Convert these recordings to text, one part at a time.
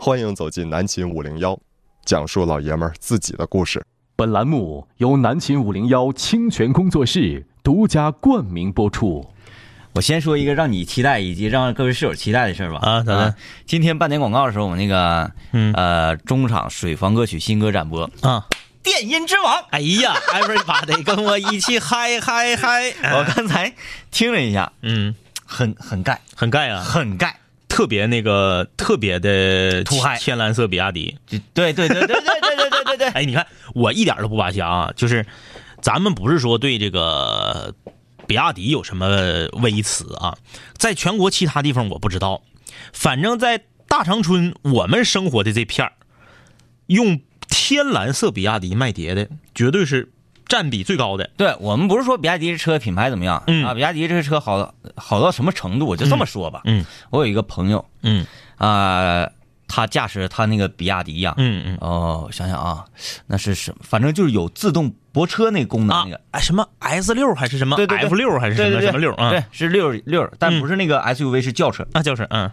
欢迎走进南秦五零幺，讲述老爷们儿自己的故事。本栏目由南秦五零幺清泉工作室独家冠名播出。我先说一个让你期待以及让各位室友期待的事儿吧。啊咋的今天半点广告的时候，我们那个嗯呃中场水房歌曲新歌展播，《啊！电音之王》。哎 呀，everybody 跟我一起嗨嗨嗨！我刚才听了一下，嗯，很很盖，很盖啊，很盖。特别那个特别的土嗨天蓝色比亚迪。就对对对对对对对对对对，哎，你看我一点都不扒瞎啊，就是咱们不是说对这个比亚迪有什么微词啊，在全国其他地方我不知道，反正在大长春我们生活的这片儿，用天蓝色比亚迪卖碟的绝对是占比最高的。 对我们不是说比亚迪这车品牌怎么样、嗯啊，比亚迪这个车好到好到什么程度，我就这么说吧。嗯我有一个朋友嗯啊、他驾驶他那个比亚迪呀、嗯嗯。哦，我想想啊，那是什么？反正就是有自动泊车那功能啊那个。，哎，什么 S 六还是什么对对对 F 六还是什么什么六啊？对，是六六，但嗯不是那个 SUV，是轿车。那就是嗯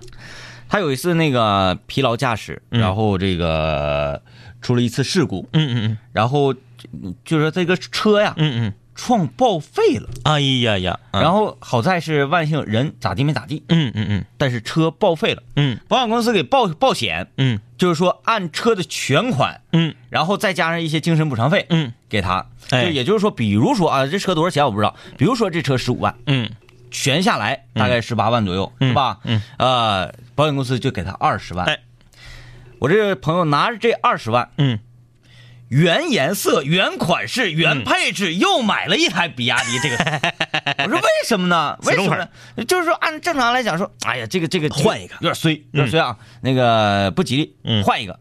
他有一次那个疲劳驾驶，嗯然后这个出了一次事故，嗯嗯然后就是这个车呀嗯嗯撞报废了，嗯，哎呀呀，嗯然后好在是万幸人咋地没咋地，嗯嗯嗯但是车报废了，嗯保险公司给报报险，嗯就是说按车的全款，嗯然后再加上一些精神补偿费，嗯给他，就哎也就是说，比如说啊，这车多少钱我不知道，比如说这车十五万，嗯全下来大概十八万左右，嗯是吧？嗯，呃，保险公司就给他二十万。哎，我这个朋友拿着这二十万，嗯，原颜色、原款式、原配置，又买了一台比亚迪。这 个，我说为什么呢？为死什忠么粉呢？就是说，按正常来讲说，哎呀，这个这个换一个有点衰，有点衰啊，那个不吉利，嗯换一个。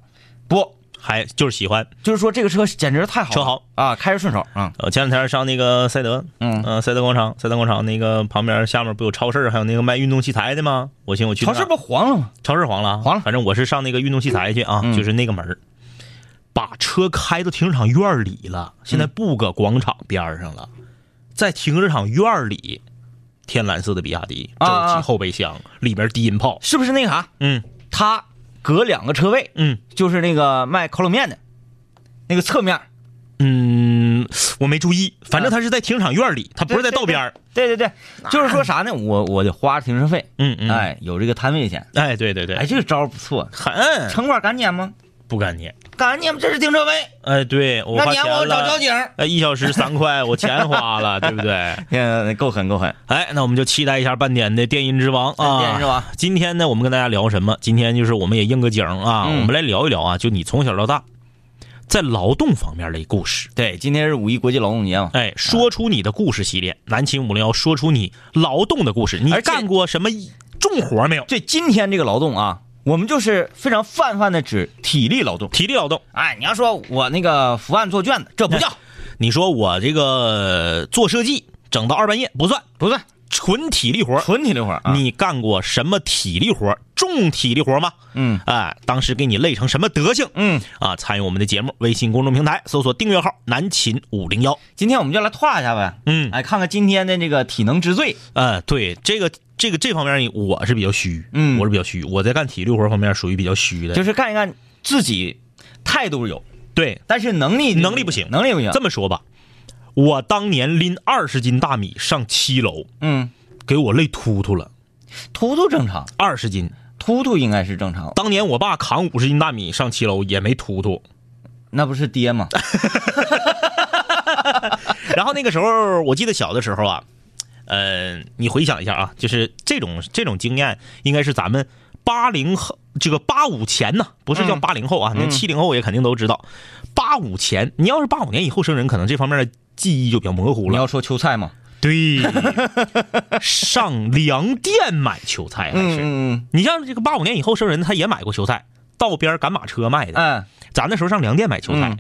不，还就是喜欢。就是说这个车简直太好了，车好啊，开着顺手啊，呃，前两天上那个赛德，嗯呃，赛德广场，赛德广场那个旁边下面不有超市，还有那个卖运动器材的吗？我寻思我去那超市不黄了吗？超市黄了啊，黄了反正我是上那个运动器材去啊，嗯就是那个门儿把车开到停车场院儿里了，现在不搁广场边儿上了，在停车场院儿里，天蓝色的比亚迪，啊肘啊击后备箱里边低音炮，是不是那个啥？嗯他隔两个车位，嗯就是那个卖烤冷面的，那个侧面。嗯，我没注意，反正他是在停车场院儿里，啊他不是在道边儿，对对对，就是说啥呢？我我得花停车费，嗯嗯，哎，有这个摊位钱，哎，对对对，嗯哎，这个招儿不错。很城管敢撵吗？不敢撵，敢撵吗？这是停车位，哎，对我那花撵钱我找交了，警。哎，一小时三块，我钱花了，对不对？嗯，够狠够狠，哎，那我们就期待一下半点的电音之王啊！哎电音之王，今天呢，我们跟大家聊什么？今天就是我们也应个景儿啊，嗯我们来聊一聊啊，就你从小到大在劳动方面的故事。对，哎今天是五一国际劳动节嘛，哎，说出你的故事系列，南秦五零幺，说出你劳动的故事，你而且干过什么重活没有？对，今天这个劳动啊，我们就是非常泛泛的指体力劳动。体力劳动，哎，你要说我那个伏案做卷子，这不哎叫你说我这个做设计整到二半夜不算，不算纯体力活儿。纯体力活儿啊。你干过什么体力活儿？重体力活儿吗？嗯哎，当时给你累成什么德行？嗯，啊，参与我们的节目，微信公众平台搜索订阅号“南秦五零幺今天我们就来跨一下呗，嗯哎，看看今天的这个体能之最，”。呃，对，这个这个这方面我是比较虚，嗯我是比较虚，我在干体力活方面属于比较虚的，就是是看一看自己态度有，对。但是能力能力不行能力不行。这么说吧，我当年拎二十斤大米上七楼，嗯，给我累突突了，突突正常，二十斤。突突应该是正常，当年我爸扛五十斤大米上七楼也没突突。那不是爹吗？ 然后那个时候，我记得小的时候啊，呃，你回想一下啊，就是这种这种经验，应该是咱们八零后这个八五前呢，不嗯是叫八零后啊，那七零后也肯定都知道。八五前，你要是八五年以后生人，可能这方面的记忆就比较模糊你 了。要说秋菜吗？对，上粮店买球菜还是、嗯你像这个八五年以后生人，他也买过球菜，道边赶马车卖嗯的。嗯，咱那时候上粮店买球菜，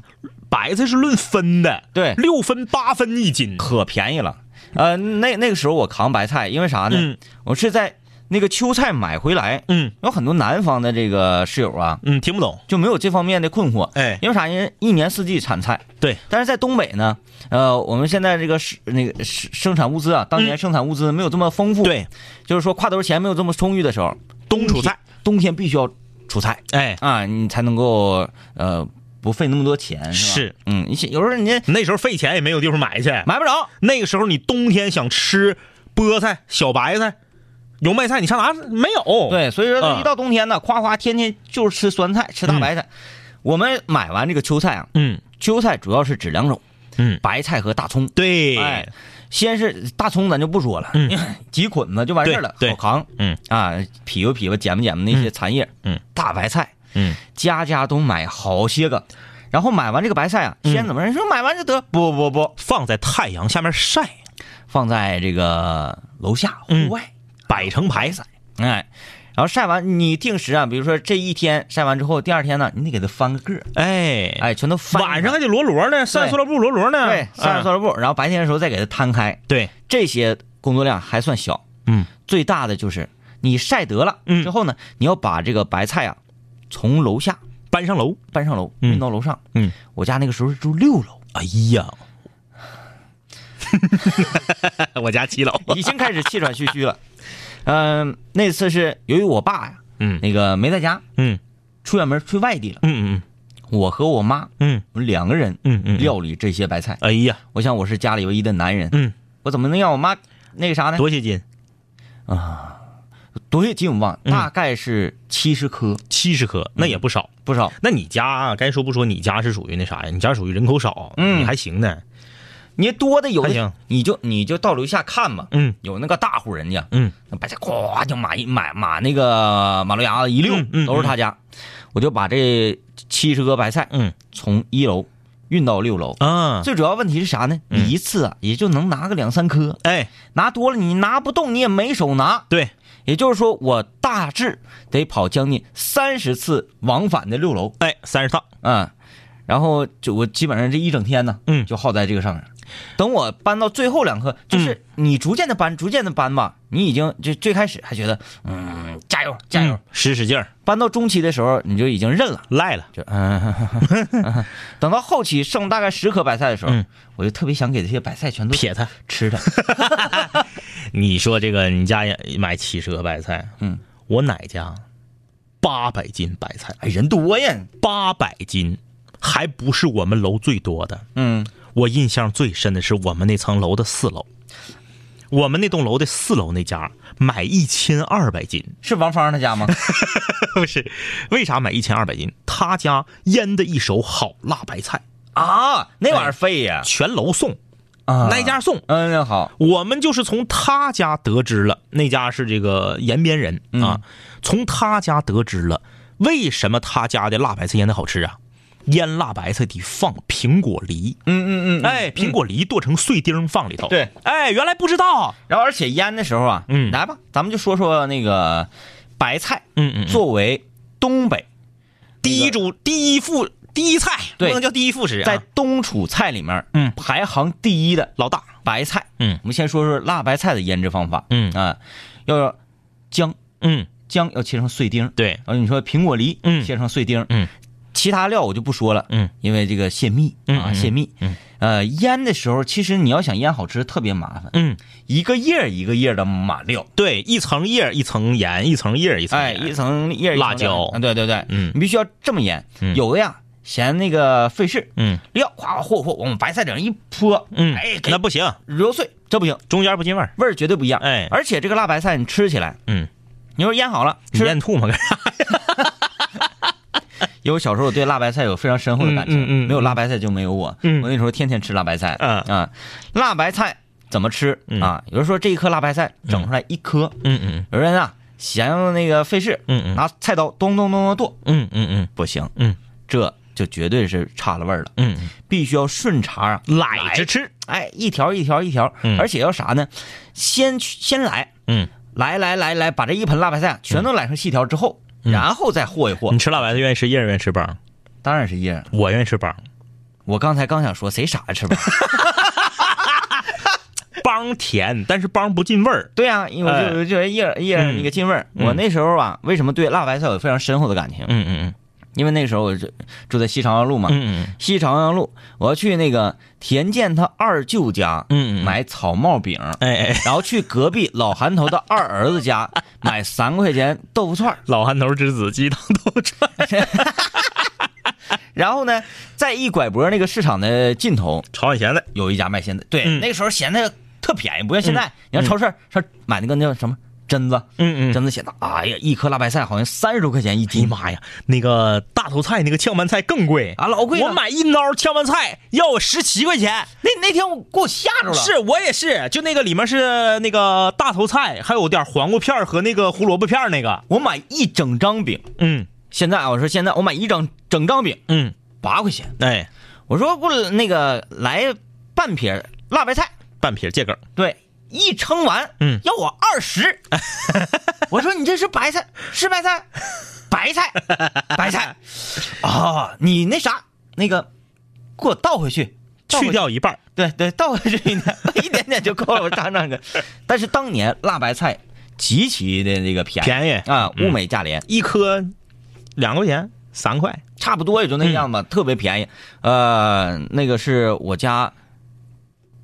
白菜是论分的，对六分八分一斤。可便宜了。呃，那那个时候我扛白菜，因为啥呢？嗯我是在那个秋菜买回来，嗯，有很多南方的这个室友啊，嗯，听不懂。就没有这方面的困惑。哎因为啥？人一年四季产菜，对，但是在东北呢，呃，我们现在这个是那个是生产物资啊，当年生产物资没有这么丰富，，对，就是说挎兜钱没有这么充裕的时候，冬储菜冬天必须要出菜哎，啊，你才能够呃不费那么多钱，是吧是，嗯，你有时候你这那时候费钱也没有地方买去，买不着，那个时候你冬天想吃菠菜、小白菜、油麦菜，你上哪没有？对，所以说嗯一到冬天呢，夸夸天天就是吃酸菜，吃大白菜。我们买完这个秋菜啊，嗯秋菜主要是指两种，嗯，白菜和大葱。对，哎，先是大葱咱就不说了， 几捆子就完事儿了，嗯对对好扛。嗯啊，劈吧劈吧，剪吧剪吧那些残叶。嗯嗯大白菜嗯，家家都买好些个，然后买完这个白菜啊，嗯先怎么人说买完就得？不不不，放在太阳下面晒，放在这个楼下户嗯外，摆成排晒，哎。然后晒完，你定时啊，比如说这一天晒完之后，第二天呢，你得给它翻个个儿，哎，哎，全都翻开。晚上还得摞摞呢，上对塑料布摞摞呢，对，散着嗯塑料布，然后白天的时候再给它摊开，对，这些工作量还算小。嗯，最大的就是你晒得了，嗯之后呢，你要把这个白菜啊从楼下搬上楼，搬上楼，嗯运到楼上。嗯，我家那个时候是住六 楼，哎呀，我家七楼，已经开始气喘吁吁了。嗯、那次是由于我爸呀，嗯那个没在家，嗯出远门去外地了嗯，嗯我和我妈，嗯我们两个人嗯嗯，料理这些白菜。哎呀，我想我是家里唯一的男人，嗯，我怎么能让我妈那个啥呢？多些斤，多些斤我忘了，嗯啊大概是七十颗，七十颗，嗯那也不少。不少。那你家啊该说不说，你家是属于那啥呀？你家属于人口少，嗯你还行呢，你多的有还行的，你就你就到楼下看吧。嗯有那个大户人家，嗯那白菜咵就马一马马那个马路牙子一溜嗯，嗯都是他家。我就把这七十个白菜嗯从一楼运到六楼。啊，嗯最主要问题是啥呢？你一次啊也就能拿个两三颗，哎，拿多了你拿不动，你也没手拿。对，也就是说，我大致得跑将近三十次往返的六楼，哎，三十趟，嗯，然后就我基本上这一整天呢，嗯就耗在这个上面。等我搬到最后两课，就是你逐渐的搬，逐渐的搬吧，你已经就最开始还觉得，嗯，加油加油。嗯，使使劲儿，搬到中期的时候，你就已经认了。赖了，就嗯，等到后期剩大概十颗白菜的时候，嗯我就特别想给这些白菜全都撇他。吃的。你说这个，你家也买七十个白菜，嗯，我奶家八百斤白菜， 哎，人多呀，八百斤，还不是我们楼最多的。嗯，我印象最深的是我们那层楼的四楼，我们那栋楼的四楼那家买一千二百斤，是王芳他家 吗？不是？为啥买一千二百斤？他家腌的一手好辣白菜，啊，那哎玩意儿废呀，全楼送，啊那家送。嗯，好，我们就是从他家得知了，那家是这个延边人嗯啊，从他家得知了为什么他家的辣白菜腌的好吃啊？腌辣白菜得放苹果梨，嗯嗯嗯，哎，苹果梨剁成碎丁放里头。对，哎，原来不知道。然后而且腌的时候啊，嗯来吧，咱们就说说那个白菜嗯嗯，作为东北第一主第一副第一菜，对不能叫第一副食啊，在东楚菜里面，嗯排行第一的老大，白菜，嗯我们先说说辣白菜的腌制方法，嗯啊，要姜嗯，姜要切成碎丁，对，然后你说苹果梨，嗯切成碎丁，嗯，其他料我就不说了，嗯，因为这个泄密嗯啊，嗯泄密，嗯，呃，腌的时候其实你要想腌好吃特别麻烦，嗯，一个叶儿一个叶儿的码料，对，一层叶儿一层盐，一层叶儿一层哎，盐，嗯一层叶儿一层啊辣的椒啊对对对，嗯你必须要这么腌。嗯有的呀，嫌那个费事，嗯料夸夸霍霍往白菜顶上一泼，嗯，哎，给那不行，揉碎，这不行，中间不进味儿，味儿绝对不一样。哎而且这个辣白菜你吃起来，嗯，你说腌好了你吃，咽 吐沫干啥？因为小时候我对辣白菜有非常深厚的感情，嗯嗯嗯没有辣白菜就没有我，嗯我那时候天天吃辣白菜，嗯啊，辣白菜怎么吃、嗯啊？有人说这一颗辣白菜整出来一颗，嗯嗯有人啊嫌那个费事，嗯嗯拿菜刀咚咚咚咚剁，嗯嗯不行，嗯，这就绝对是差了味儿了，嗯嗯，必须要顺茬啊，来着吃，哎，一条一条一条，嗯而且要啥呢？先去先来，嗯，来来来来，把这一盆辣白菜全都揽成细条之后，然后再和一和你，吃辣白菜愿意吃叶儿，愿意吃帮，当然是叶儿。我愿意吃帮，我刚才刚想说，谁傻呀吃吧？帮甜，但是帮不进味儿，对呀、因为我就我就觉得叶儿叶儿嗯那个进味儿。嗯我那时候啊，为什么对辣白菜有非常深厚的感情？嗯嗯因为那时候我是住在西长阳路嘛，嗯西长阳路，我要去那个田健他二舅家，嗯嗯买草帽饼，哎哎，然后去隔壁老韩头的二儿子家买三块钱豆腐串儿，老汉头之子鸡汤豆 串，然后呢，在一拐脖那个市场的尽头炒碗咸菜，有一家卖咸菜，对，嗯那个时候咸菜特便宜，不像现在，你看超市上买那个那叫什么榛子，嗯嗯榛子咸菜，哎呀，一颗辣白菜好像三十多块钱一哎呀斤，妈呀，那个大头菜那个炝拌菜更贵啊，老贵了，我买一孬炝拌菜要我十七块钱。那那天我给我吓着了，是我也是，就那个里面是那个大头菜，还有点黄瓜片儿和那个胡萝卜片儿那个。我买一整张饼，嗯现在啊我说现在我买一整整张饼嗯，八块钱，哎，我说不那个来半撇辣白菜，半撇芥梗。对，一称完，嗯要我二十， 我说你这是白菜是白菜，白菜白 菜，啊，你那啥那个给我倒回去，倒回去掉一半儿，对对，倒回去一点，一点点就够了，我尝 尝个。但是当年辣白菜极其的那个便宜，便宜啊，嗯物美价廉，一颗两块钱，三块。差不多也就那样吧，特别便宜。呃，那个是我家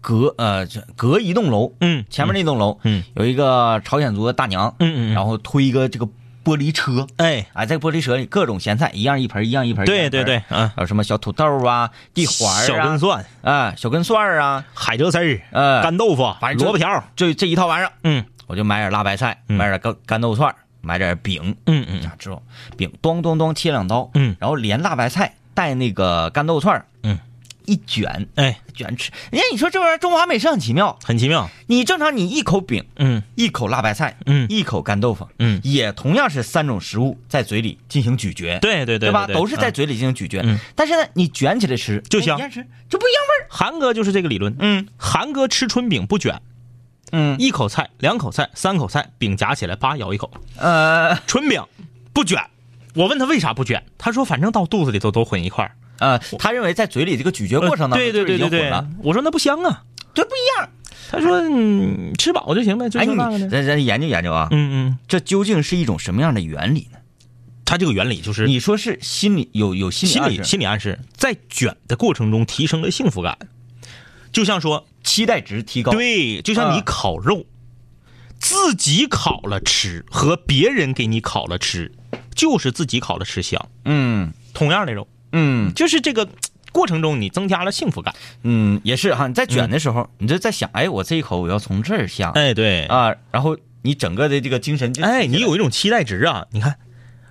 隔呃这隔一栋楼，嗯前面那栋楼，嗯，有一个朝鲜族的大娘，嗯嗯嗯然后推一个这个玻璃车，哎，哎，在玻璃车里各种咸菜一样一盆，一样一盆，一样对一对盆对，，啊，还有什么小土豆啊、地黄啊、小根蒜、啊、小根蒜儿啊，海蜇丝儿、呃，干豆腐、反正就萝卜条儿。这这一套玩意儿，嗯我就买点辣白菜，嗯买点干干豆腐串儿，买点饼，嗯嗯啊，之后饼咚咚咚切两刀，嗯然后连辣白菜带那个干豆腐串儿，嗯，一卷哎，卷吃。人家你说这玩意儿中华美食很奇妙，很奇妙。你正常你一口饼，嗯一口辣白菜，嗯一口干豆腐，嗯，也同样是三种食物在嘴里进行咀嚼，对对对对吧？对都是在嗯嘴里进行咀嚼嗯，但是呢，你卷起来吃就哎香一样吃就不一样味儿。韩哥就是这个理论。嗯韩哥吃春饼不卷，嗯一口菜、两口菜、三口菜，饼夹起来，叭咬一口。呃春饼不卷。我问他为啥不卷，他说反正到肚子里头都混一块儿。呃，他认为在嘴里这个咀嚼过程当中对呃对就对已经对混对了，，我说那不香啊。对不一样。他说嗯，吃饱就行呗，就哎，就那个你呢。咱咱研究研究啊，嗯嗯，这究竟是一种什么样的原理呢？他这个原理就是你说是心理有有心理心暗理示心理暗示，在卷的过程中提升了幸福感，就像说期待值提高，对，就像你啊烤肉，自己烤了吃和别人给你烤了吃，就是自己烤了吃香。嗯同样的肉，嗯就是这个过程中你增加了幸福感。嗯，也是哈。你在卷的时候，你就在想，哎，我这一口我要从这儿下嗯哎，对，啊，然后你整个的这个精神就哎，你有一种期待值啊！你看，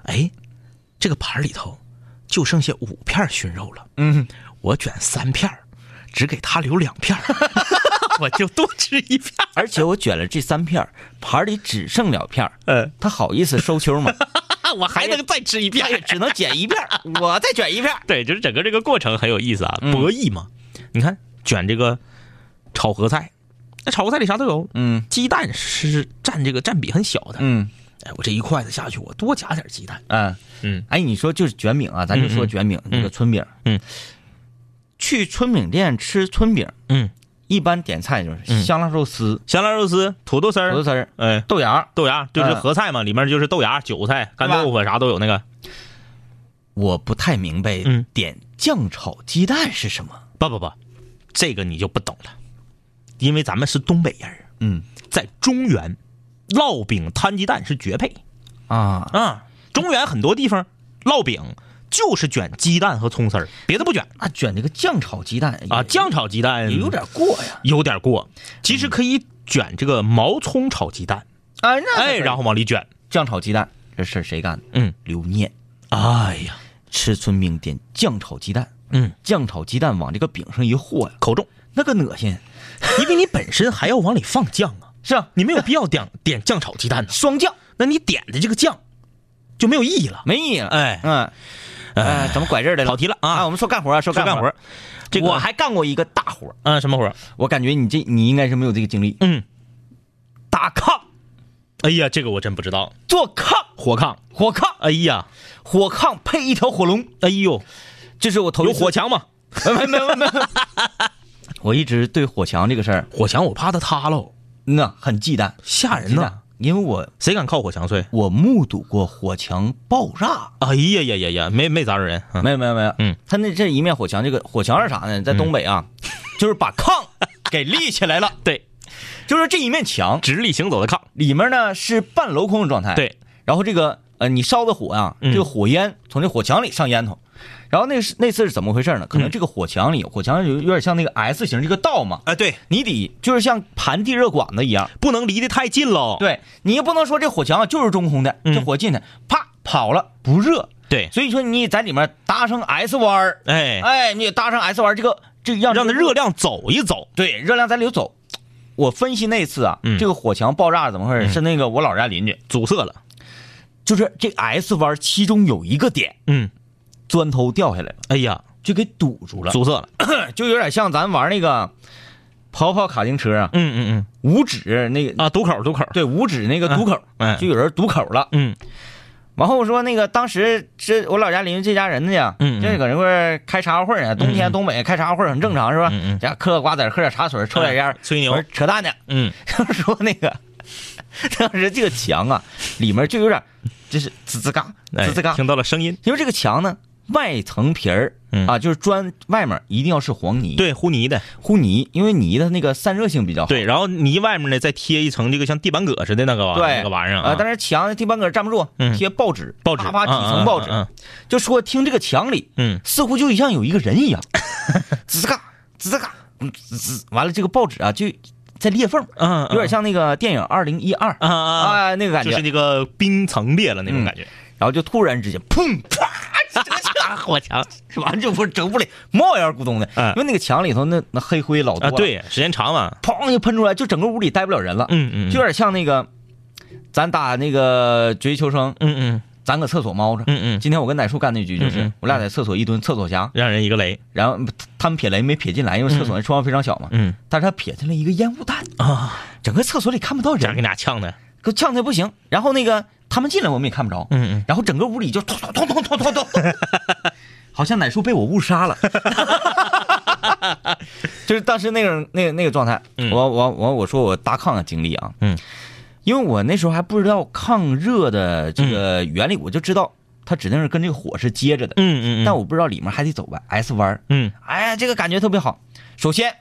哎，这个盘儿里头就剩下五片儿熏肉了，嗯，我卷三片儿，只给他留两 片儿，我就多吃一片儿。而且我卷了这三片儿，盘儿里只剩两片儿，嗯，他好意思收秋吗？我还能再吃一片他也儿。只能捡一片儿，我再卷一片儿。对，就是整个这个过程很有意思啊，博弈嘛。你看，卷这个炒合菜，那炒合菜里啥都有，嗯鸡蛋是占这个占比很小的。嗯哎，我这一筷子下去，我多夹点鸡蛋。嗯嗯，哎，你说就是卷饼啊，咱就说卷饼那个春饼，嗯，去春饼店吃春饼，嗯，一般点菜就是嗯香辣肉丝、香辣肉丝、土豆丝土儿豆，丝儿、哎，豆芽。豆芽就是嗯合菜嘛，里面就是豆芽、韭菜、干豆腐啥都有那个。我不太明白嗯，点酱炒鸡蛋是什么？不不不，这个你就不懂了，因为咱们是东北人儿，嗯在中原，烙饼摊鸡蛋是绝配啊，啊。中原很多地方烙饼就是卷鸡蛋和葱丝儿，别的不卷那卷这个酱炒鸡蛋啊。也酱炒鸡蛋也有点过呀。有点过，其实可以卷这个毛葱炒鸡蛋，啊，那哎，然后往里卷。酱炒鸡蛋这事儿谁干的？嗯，刘念哎呀，吃春饼点酱炒鸡蛋，嗯，酱炒鸡蛋往这个饼上一和呀，口重，那个恶心。因为你本身还要往里放酱啊，是啊，你没有必要点点酱炒鸡蛋呢。双酱那你点的这个酱就没有意义了。没意义了。哎嗯，哎，怎么拐这儿来了？跑题了啊我们说干活啊，说说干干活活儿。，这个我还干过一个大活儿，嗯什么活儿？我感觉你这你应该是没有这个经历。嗯，打炕，哎呀，这个我真不知道。做炕，火炕，火炕，哎呀，火炕配一条火龙，哎呦，这是我头一有次火墙吗？没没没没没，我一直对火墙这个事儿，火墙我怕它塌喽，嗯呐，很忌惮，吓人很忌惮呐！因为我谁敢靠火墙睡？我目睹过火墙爆炸。哎呀呀呀呀，没没砸着人，嗯没有没有没有，嗯，他那这一面火墙，这个火墙是啥呢？在东北 啊，就是把炕给立起来了，对，就是这一面墙直立行走的炕，里面呢是半镂空的状态，对，然后这个呃，你烧的火呀、嗯这个火烟从这火墙里上烟囱，然后那是那次是怎么回事呢？嗯可能这个火墙里，火墙有有点像那个 S 型这个道嘛，哎，对，你得就是像盘地热管子一样，不能离得太近喽。对你也不能说这火墙啊就是中空的，嗯这火进去啪跑了不热，对所以说你在里面搭上 S 弯儿，哎，哎，你得搭上 S 弯儿，这个这个让让它热量走一走。对热量在里头走。我分析那次啊，嗯这个火墙爆炸怎么回事？是那个我老家邻居，阻塞了。就是这 S 弯儿其中有一个点。嗯，砖头掉下来了，哎呀，就给堵住了，阻塞了。就有点像咱玩那个跑跑卡丁车啊，嗯嗯五指那嗯个啊，堵口堵口。对五指那个堵口，嗯就有人堵口了。嗯完后说那个当时这我老家邻居这家人呢呀，嗯嗯嗯就是搁那块儿开茶话会呢，冬天东北开茶话会很正常是吧？嗯嗯家嗑个瓜子儿，喝点茶水，抽点烟儿嗯，吹牛我说扯淡 呢。嗯，就是说那个 当时这个墙啊，里面就有点就是吱吱嘎哎吱吱嘎，听到了声音。因为这个墙呢，外层皮儿嗯啊，就是砖外面一定要是黄泥，，对，糊泥的。糊泥，因为泥它那个散热性比较好。对，然后泥外面呢再贴一层这个像地板革似的那个玩对那个玩意儿啊，但是是墙地板革站不住嗯，贴报纸，报纸啪啪几层报纸，嗯嗯嗯就说听这个墙里嗯似乎就像有一个人 一样，吱吱嘎吱吱嘎，嗯吱吱，完了这个报纸啊就在裂缝，嗯，嗯有点像那个电影《二零一二》啊啊啊，啊那个感就觉是，那个冰层裂了那种嗯感觉。然后就突然之间砰啪， 啊，火墙 完这不是整屋里冒烟咕咚的，嗯因为那个墙里头那那黑灰老多啊，了，对，时间长了。砰就喷出来，就整个屋里待不了人了。嗯嗯，就有点像那个，咱打那个绝地求生，嗯嗯咱搁厕所猫着。嗯嗯，今天我跟奶叔干那局就嗯是嗯，我俩在厕所一蹲，厕所侠，让人一个雷。然后他们撇雷没撇进来，因为厕所那窗户非常小嘛。嗯但是他撇进来一个烟雾弹，啊，整个厕所里看不到这样给人，俩呛的。给我呛的不行。然后那个他们进来我们也看不着，嗯嗯，然后整个屋里就咚咚咚咚咚咚 咚，好像奶叔被我误杀了，就是当时那个那个那个状态。嗯我我我我说我搭炕的经历啊，嗯，因为我那时候还不知道抗热的这个嗯原理，我就知道它指定是跟这个火是接着的，嗯嗯嗯，但我不知道里面还得走吧 S 弯儿。嗯哎呀，这个感觉特别好。首先，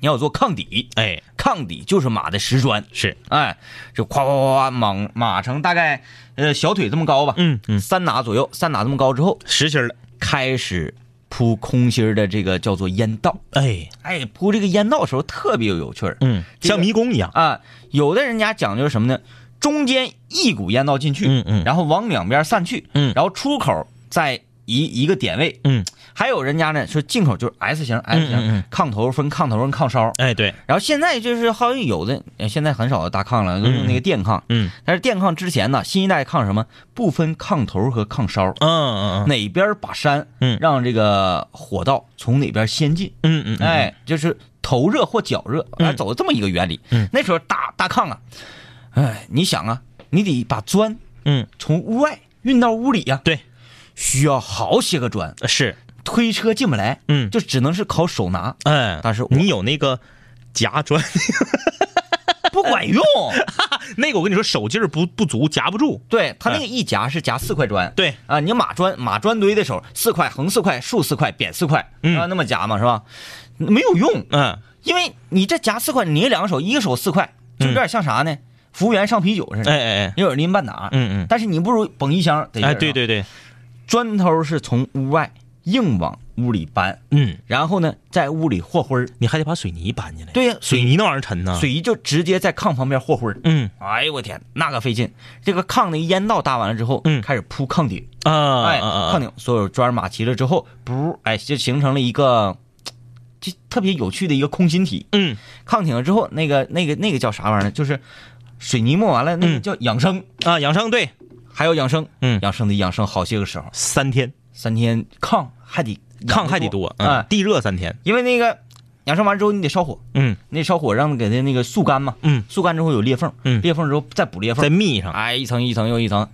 你要做炕底，哎炕底就是马的石砖，是哎，就夸夸夸夸莽马成大概呃小腿这么高吧，嗯嗯三拿左右，三拿这么高之后，实心儿了。开始铺空心儿的这个叫做烟道。哎，哎，铺这个烟道的时候特别有趣儿嗯，这个像迷宫一样。啊。有的人家讲究是什么呢？中间一股烟道进去，嗯嗯然后往两边散去，嗯然后出口在一一个点位，嗯，还有人家呢说进口就是 S 型 S 型，嗯嗯炕头分炕头跟炕梢，哎，对，然后现在就是好像有的呃现在很少搭炕了，都用那个电炕，嗯但是电炕之前呢，新一代炕什么不分炕头和炕梢，嗯嗯嗯哪边把山，嗯让这个火道从哪边先进，嗯嗯，嗯，哎，就是头热或脚热，哎，嗯走这么一个原理。嗯那时候大大炕啊，哎，你想啊，你得把砖嗯从屋外运到屋里呀、对，需要好些个砖，呃是，推车进不来，嗯就只能是靠手 拿，哎，但是我你有那个夹砖， 不管用。那个我跟你说，手劲儿不不足，夹不住。对他那个一夹是夹四块砖，对啊，你码砖码砖堆的时候，四块横四块竖四块扁四块，嗯啊，那么夹嘛是吧？没有用，嗯，因为你这夹四块，你两个手一个手四块，就有点像啥呢？服务员上啤酒似的，嗯哎哎哎，有点拎半打，嗯嗯但是你不如捧一箱得劲儿哎，啊对，对对，砖头是从屋外硬往屋里搬，嗯，然后呢，在屋里和灰儿，你还得把水泥搬进来。，对呀、水泥那玩意儿沉呐。水泥就直接在炕旁边和灰儿。嗯哎呦我天，那个费劲！这个炕那烟道搭完了之后，嗯开始铺炕顶，啊啊哎，啊炕顶所有砖码齐了之后，不，哎，就形成了一个就特别有趣的一个空心体。嗯炕顶了之后，那个那个那个叫啥玩意儿呢？就是水泥抹完了，那个嗯叫养生，啊，养生对，还有养生，嗯养生得养生好些个时候，三天，三天炕还得养炕还得多，哎嗯，，地热三天。因为那个养生完之后你得烧火，嗯那烧火让给它那个速干嘛，嗯，速干之后有裂缝，嗯裂缝之后再补裂再缝，密上。哎，一层一层又一层，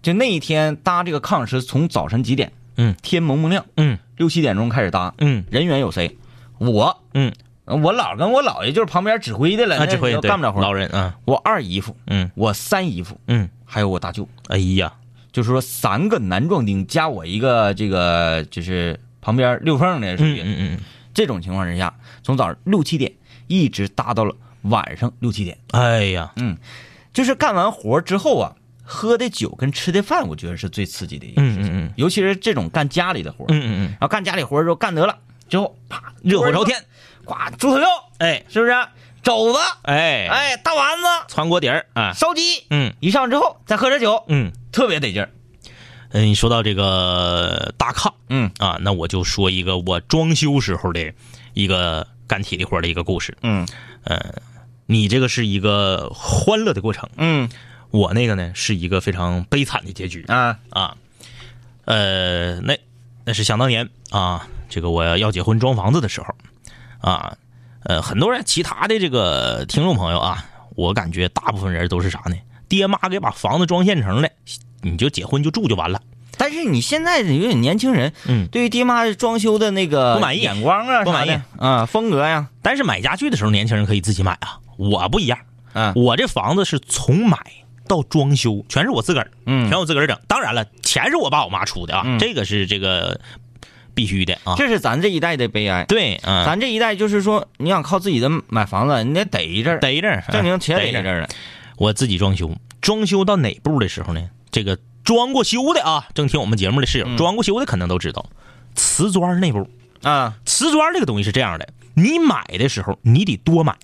就那一天搭这个炕是从早晨几点，嗯天蒙蒙亮，嗯六七点钟开始搭，嗯人员有谁？我，嗯，我姥跟我姥爷就是旁边指挥的了，他那指挥都对干不了活。老人啊，我二姨夫，嗯我三姨夫，嗯，还有我大舅，哎呀，就是说三个男壮丁加我一个这个就是旁边溜缝的，属嗯于、嗯嗯，这种情况之下，从早上六七点一直搭到了晚上六七点。哎呀，就是干完活之后啊，喝的酒跟吃的饭，我觉得是最刺激的一个事嗯情。嗯嗯尤其是这种干家里的活儿，嗯嗯嗯，然后干家里活儿之后干得了之后，啪，热火朝天，呱，猪头肉哎是不是？肘子，哎哎，哎，大丸子，穿锅底儿啊，烧鸡，嗯一上之后再喝点酒，嗯特别得劲儿。嗯，你说到这个大炕嗯啊，那我就说一个我装修时候的一个干体力活的一个故事。呃嗯你这个是一个欢乐的过程，嗯我那个呢是一个非常悲惨的结局啊啊。呃，那那是想当年啊，这个我要结婚装房子的时候啊，呃，很多人其他的这个听众朋友啊，我感觉大部分人都是啥呢？爹妈给把房子装现成的，你就结婚就住就完了，但是你现在有点年轻人，嗯对于爹妈装修的那个不满意眼光啊，不满意啥的啊，风格呀，但是买家具的时候，年轻人可以自己买啊，我不一样，啊我这房子是从买到装修全是我自个儿，嗯全我自个儿整。当然了，钱是我爸我妈出的啊，嗯这个是这个必须的啊。这是咱这一代的悲哀。对，嗯、咱这一代就是说，你想靠自己的买房子，你得逮一阵儿，逮着正经嗯且逮逮一阵儿了。我自己装修，装修到哪步的时候呢？这个装过修的啊，正听我们节目的嗯室友，装过修的可能都知道，瓷砖那步，啊，瓷砖这个东西是这样的，你买的时候你得多买。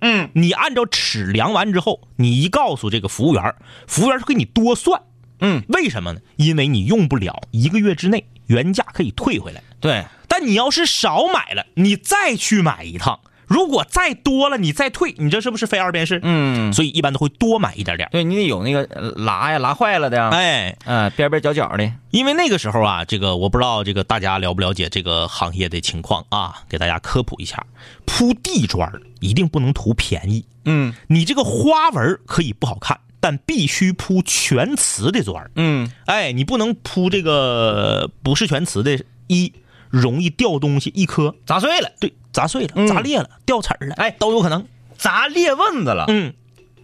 嗯，你按照尺量完之后，你一告诉这个服务员，服务员给你多算。嗯，为什么呢？因为你用不了一个月之内，原价可以退回来。对，但你要是少买了，你再去买一趟，如果再多了你再退，你这是不是非二遍式？嗯，所以一般都会多买一点点。对你得有那个呃拉呀，拉坏了的呀，哎，啊，边边角角的，因为那个时候啊，这个我不知道这个大家了不了解这个行业的情况啊，给大家科普一下，铺地砖儿一定不能图便宜，嗯你这个花纹儿可以不好看，但必须铺全瓷的砖儿。嗯哎，你不能铺这个不是全瓷的，一容易掉东西，一磕砸碎了，对，砸碎了，嗯砸裂了，掉齿儿了，哎都有可能。砸裂腕子了，嗯，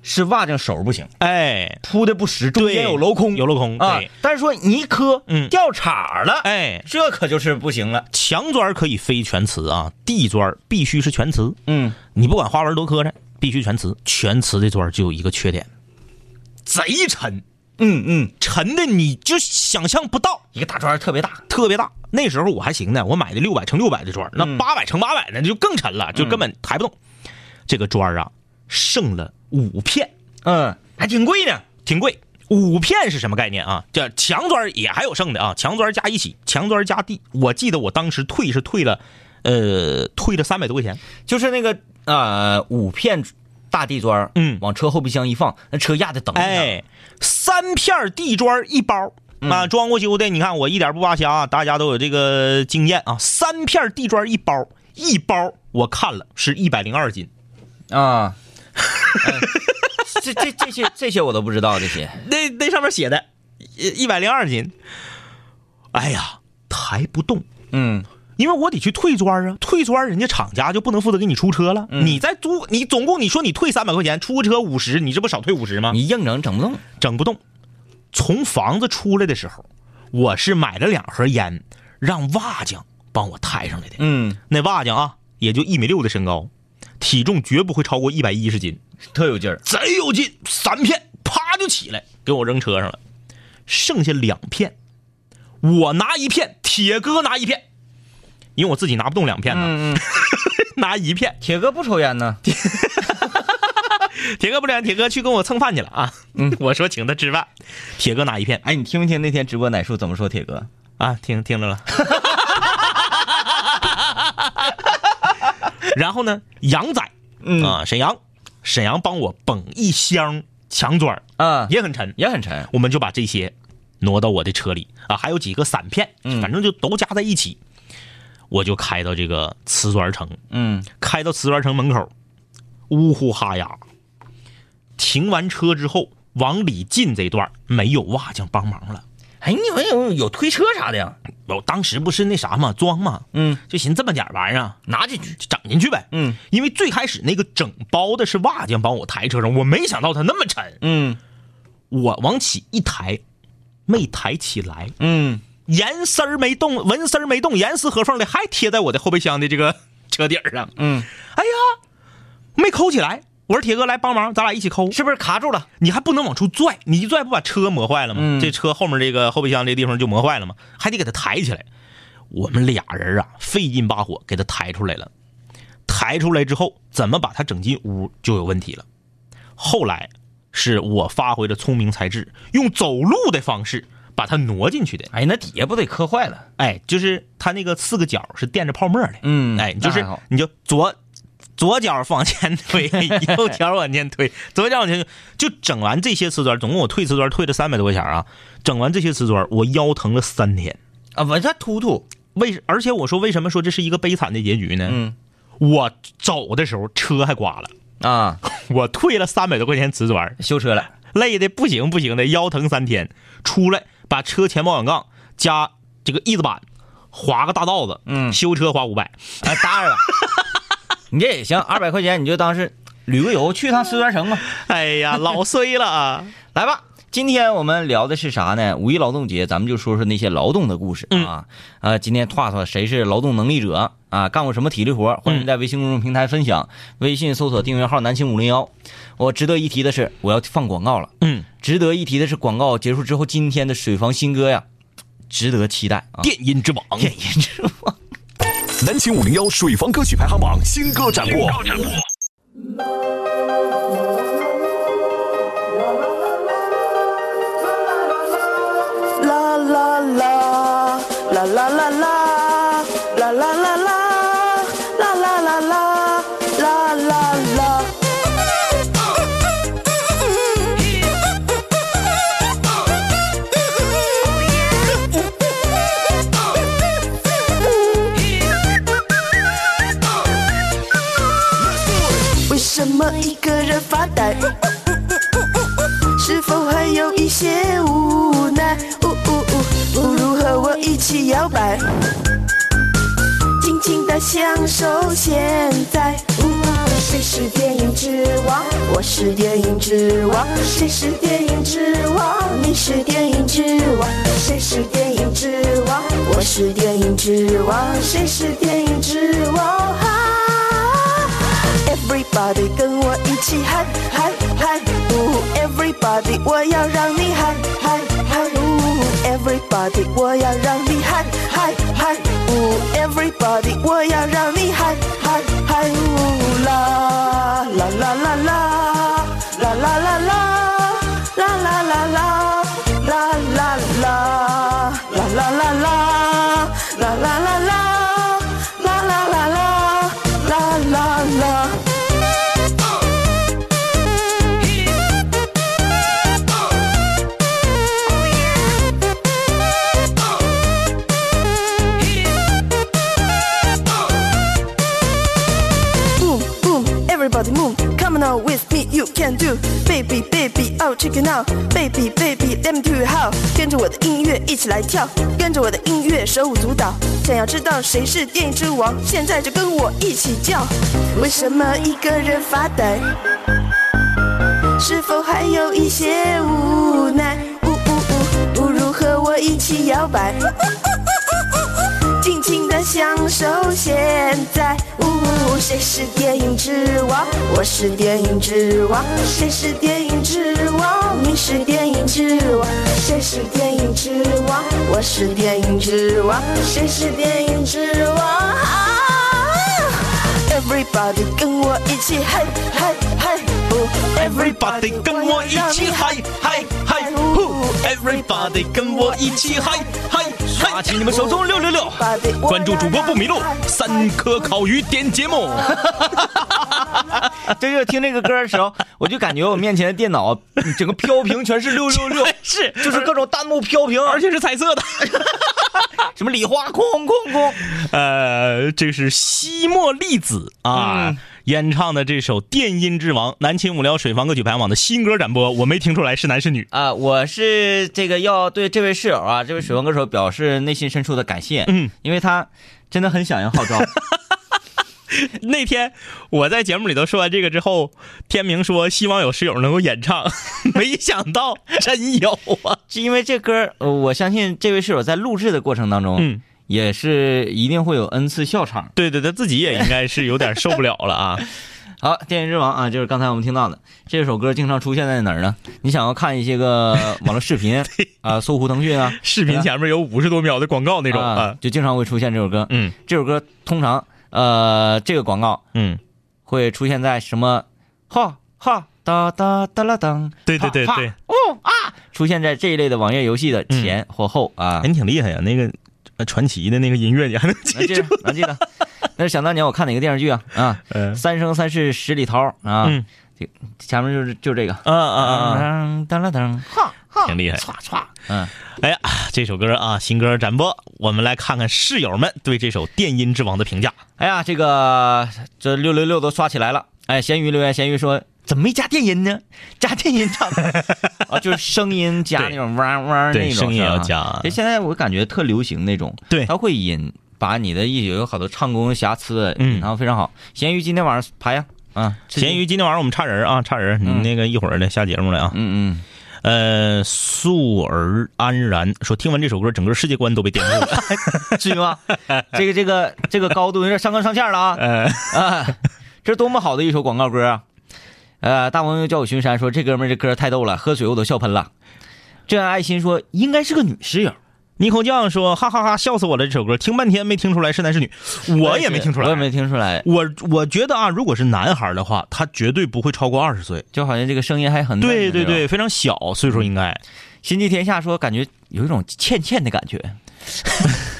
是袜子手不行，哎，铺的不实，中对间有镂空，有镂空啊对。但是说你一磕，嗯掉茬儿了，，哎，这可就是不行了，墙砖可以非全瓷啊，地砖必须是全瓷。嗯，你不管花纹多磕碜，必须全瓷。全瓷的砖就有一个缺点，贼沉，嗯嗯，沉的你就想象不到，一个大砖特别大，特别大。那时候我还行呢，我买的六百乘六百的砖，嗯那八百乘八百的就更沉了，就根本抬不动。这个砖啊，剩了五片，嗯，还挺贵呢，挺贵。五片是什么概念啊？这墙砖也还有剩的啊，墙砖加一起，墙砖加地。我记得我当时退是退了，呃，退了三百多块钱。就是那个呃五片大地砖，嗯往车后备箱一放，那车压的等一下，哎，三片地砖一包。啊，装过修的，你看我一点不扒瞎啊，大家都有这个经验啊。三片地砖一包，一包我看了是一百零二斤，啊， 哎这这这些这些我都不知道，这些那那上面写的，一百零二斤。哎呀，抬不动，嗯因为我得去退砖啊，退砖人家厂家就不能负责给你出车了。你再租，你总共你说你退三百块钱，出个车五十，你这不少退五十吗？你硬整整不动，整不动。从房子出来的时候，我是买了两盒烟，让瓦匠帮我抬上来的。嗯，那瓦匠啊，也就一米六的身高，体重绝不会超过一百一十斤，特有劲儿，贼有劲，三片啪就起来，给我扔车上了。剩下两片，我拿一片，铁哥拿一片，因为我自己拿不动两片呢，嗯嗯， 拿一片。铁哥不抽烟呢，铁哥不然，铁哥去跟我蹭饭去了啊！嗯， 我说请他吃饭，铁哥拿一片哎，你听没听那天直播奶树怎么说铁哥？啊，听听着了。 然后呢，杨仔，嗯啊，沈阳，沈阳帮我捧一箱墙砖儿，啊，也也很沉，也很沉，我们就把这些挪到我的车里啊，还有几个散片，反正就都加在一起，我就开到这个瓷砖城，嗯开到瓷砖城门口，呜呼哈呀，停完车之后往里进这段没有瓦匠帮忙了，哎，你们有有推车啥的呀？我当时不是那啥嘛，装嘛，嗯，就寻思这么点儿玩意儿啊拿进去就整进去呗，嗯，因为最开始那个整包的是瓦匠帮我抬车上，我没想到他那么沉，嗯我往起一抬，没抬起来，嗯，严丝儿没动，纹丝儿没动，严丝合缝的还贴在我的后备箱的这个 车底儿上，嗯，哎呀，没抠起来。我说铁哥来帮忙，咱俩一起抠。是不是卡住了？你还不能往出拽，你一拽不把车磨坏了吗？嗯这车后面这个后备箱这地方就磨坏了吗？还得给它抬起来。我们俩人啊，费劲巴火给它抬出来了。抬出来之后，怎么把它整进屋就有问题了。后来是我发挥了聪明才智，用走路的方式把它挪进去的。哎，那底下不得磕坏了？哎，就是它那个四个角是垫着泡沫的。嗯哎，你就是那还好你就左左脚往前 推，右脚往前推，左脚往前推，就整完这些瓷砖，总共我退瓷砖退了三百多块钱啊，整完这些瓷砖，我腰疼了三天。啊，往下突突。为而且我说为什么说这是一个悲惨的结局呢？嗯我走的时候车还刮了，啊，我退了三百多块钱瓷砖，修车了。累的不行不行的，腰疼三天，出来把车前保险杠加这个翼子板划个大道子，嗯修车花五百，啊，当然了，你这也行，二百块钱你就当是旅个游，去趟四川城吧。 哎呀，老衰了啊！来吧，今天我们聊的是啥呢？五一劳动节，咱们就说说那些劳动的故事嗯啊。呃，今天拓拓谁是劳动能力者啊？干过什么体力活？嗯欢迎在微信公众平台分享，微信搜索订阅号“南青五零幺”。我值得一提的是，我要放广告了。嗯，值得一提的是，广告结束之后，今天的水房新歌呀，值得期待 啊！ 电音之王，电音之王。南秦五零幺水房歌曲排行榜新歌展播。啦啦啦啦啦啦啦啦啦啦啦啦啦啦啦啦啦啦。为什么一个人发呆？是否还有一些无奈？呜呜呜，不如和我一起摇摆，尽情的享受现在。呜谁是电影之王？我是电影之王。谁是电影之王？你是电影之王。谁是电影之王？我是电影之王。谁是电影之王？哈、Everybody 跟我一起嗨嗨嗨！呜，Everybody 我要让你嗨嗨嗨！呜，Everybody 我要让你嗨嗨嗨！呜，Everybody 我要让你嗨嗨嗨！呜啦啦啦啦啦啦啦啦啦啦啦啦啦啦啦啦啦啦啦啦啦啦啦啦。啦啦啦啦啦啦啦。boom boom everybody move come on now with me you can do baby baby oh check it out baby baby let me do it how 跟着我的音乐一起来跳跟着我的音乐手舞足蹈想要知道谁是电影之王现在就跟我一起叫为什么一个人发呆是否还有一些无奈呜呜呜不如和我一起摇摆尽情的享受现在。呜，谁是电影之王？我是电影之王。谁是电影之王？你是电影之王。谁是电影之王？我是电影之王。谁是电影之王？啊 Everybody 跟我一起嗨嗨嗨！哦 Everybody 跟我一起嗨嗨嗨呼！Everybody 跟我一起嗨嗨嗨！拿起你们手中六六六，关注主播不迷路，三颗烤鱼点节目。这就是听这个歌的时候，我就感觉我面前的电脑嗯整个飘屏全是六六六， 是就是各种弹幕飘屏，而且是彩色的。 什么礼花空空空，呃，这是西莫粒子啊，演唱的这首《电音之王》南秦五聊水房歌曲排行榜的新歌展播，我没听出来是男是女。啊，我是这个要对这位室友啊，这位水王歌手表示内心深处的感谢，嗯，因为他真的很响应 号召，那天我在节目里头说完这个之后，天明说希望有室友能够演唱， 没想到真有啊！是因为这歌儿，呃我相信这位室友在录制的过程当中，嗯，也是一定会有 n 次笑场。对对，他自己也应该是有点受不了了啊。好，电影之王啊，就是刚才我们听到的这首歌，经常出现在哪儿呢？你想要看一些个网络视 频啊，搜狐、腾讯啊 视频前面有五十多秒的广告那种啊啊，，就经常会出现这首歌。嗯这首歌通常呃，这个广告嗯，会出现在什么？哈哈哒哒哒啦当，对对对哈对，出现在这一类的网页游戏的前或后啊哎，。你挺厉害呀，那个呃传奇的那个音乐你还能能记记住得？，能记得。那是想当年我看哪个电视剧啊？啊，嗯三生三世十里桃啊，嗯这前面就是就这个，啊啊啊噔噔了噔，哈啊，哈，挺厉害。唰唰，嗯，哎呀，这首歌啊，新歌展播，我们来看看室友们对这首《电音之王》的评价。哎呀，这个这六六六都刷起来了。哎，咸鱼留言，咸鱼说怎么没加电音呢？加电音唱啊，就是声音加那种汪汪那种对声音也啊要加是吧其哎实现在我感觉特流行那种，对它会引把你的一有好多唱功瑕疵，嗯隐藏得非常好。咸鱼今天晚上排呀，啊，吃鸡咸鱼，今天晚上我们差人啊，差人，你嗯那个一会儿的下节目来啊。嗯嗯。呃，素而安然说，听完这首歌，整个世界观都被颠覆了。 嗯至于吗？这个这个这个高度有点上纲上线了 啊！呃，啊，这是多么好的一首广告歌啊！呃，大朋友叫我巡山说这哥们儿这歌太逗了，喝水我都笑喷了。这样爱心说应该是个女室友，尼口酱说，哈哈哈笑死我了！这首歌听半天没听出来是男是女，我也没听出来。我也没听出来，我我觉得啊，如果是男孩的话，他绝对不会超过二十岁。就好像这个声音还很嫩对的对那种对，。非常小岁数应该。心系天下说感觉有一种欠欠的感觉，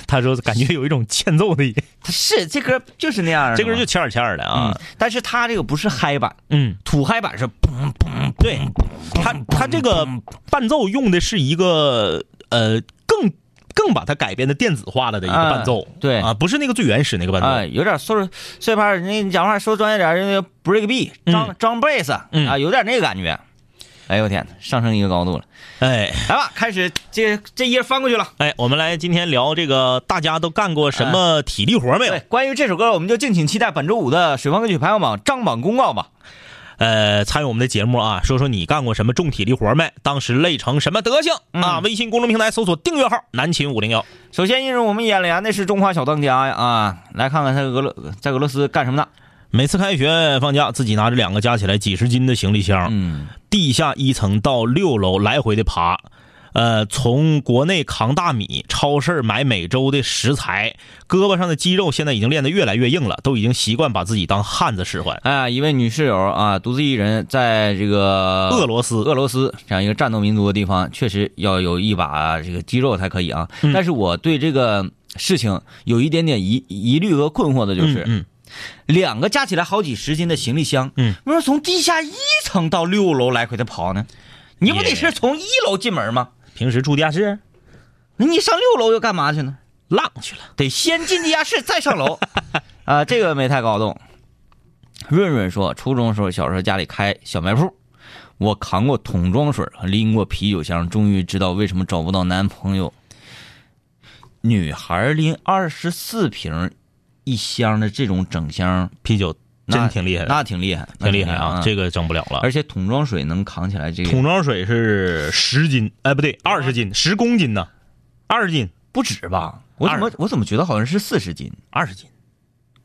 他说感觉有一种欠揍的，他是这歌就是那样的嘛，这歌就欠儿欠儿的嗯啊。，但是他这个不是嗨版，嗯，土嗨版是嘣嘣对他他这个伴奏用的是一个呃更更把它改编的电子化了的一个伴奏，啊对啊，不是那个最原始那个伴奏，啊，有点碎碎拍儿，那你讲话说专业点儿，那个 break beat 装装 bass 嗯啊，有点那个感觉。哎呦我天哪，上升一个高度了！哎来吧，开始这这页翻过去了。哎，我们来今天聊这个大家都干过什么体力活没有啊对？，关于这首歌，我们就敬请期待本周五的水房歌曲排行榜张榜公告吧。呃，参与我们的节目啊，说说你干过什么重体力活没？当时累成什么德行、嗯啊？微信公众平台搜索订阅号“南秦五零幺首先映入我们眼帘的是中华小当家呀啊，来看看他俄罗在俄罗斯干什么呢？”。每次开学放假，自己拿着两个加起来几十斤的行李箱，嗯，地下一层到六楼来回的爬，呃，从国内扛大米，超市买每周的食材，胳膊上的肌肉现在已经练得越来越硬了，都已经习惯把自己当汉子使唤。啊，一位女室友啊，独自一人在这个俄罗斯，俄罗斯这样一个战斗民族的地方，确实要有一把这个肌肉才可以啊。嗯但是我对这个事情有一点点疑疑虑和困惑的就是，嗯两个加起来好几十斤的行李箱，嗯，为什么从地下一层到六楼来回的跑呢？你不得也是从一楼进门吗？嗯，平时住地下室，那你上六楼又干嘛去呢？浪去了。得先进地下室再上 楼，啊、这个没太搞懂。润润说，初中的时候，小时候家里开小卖铺，我扛过桶装水和拎过啤酒箱，终于知道为什么找不到男朋友。女孩拎二十四瓶一箱的这种整箱，啤酒那真挺厉害的，那挺厉害，那挺厉害啊，这个，个整不了了。而且桶装水能扛起来这桶个装水是十斤，哎，不对，二十斤，十公斤呢，二十斤，不止吧？我怎么我怎么觉得好像是四十斤，二十斤，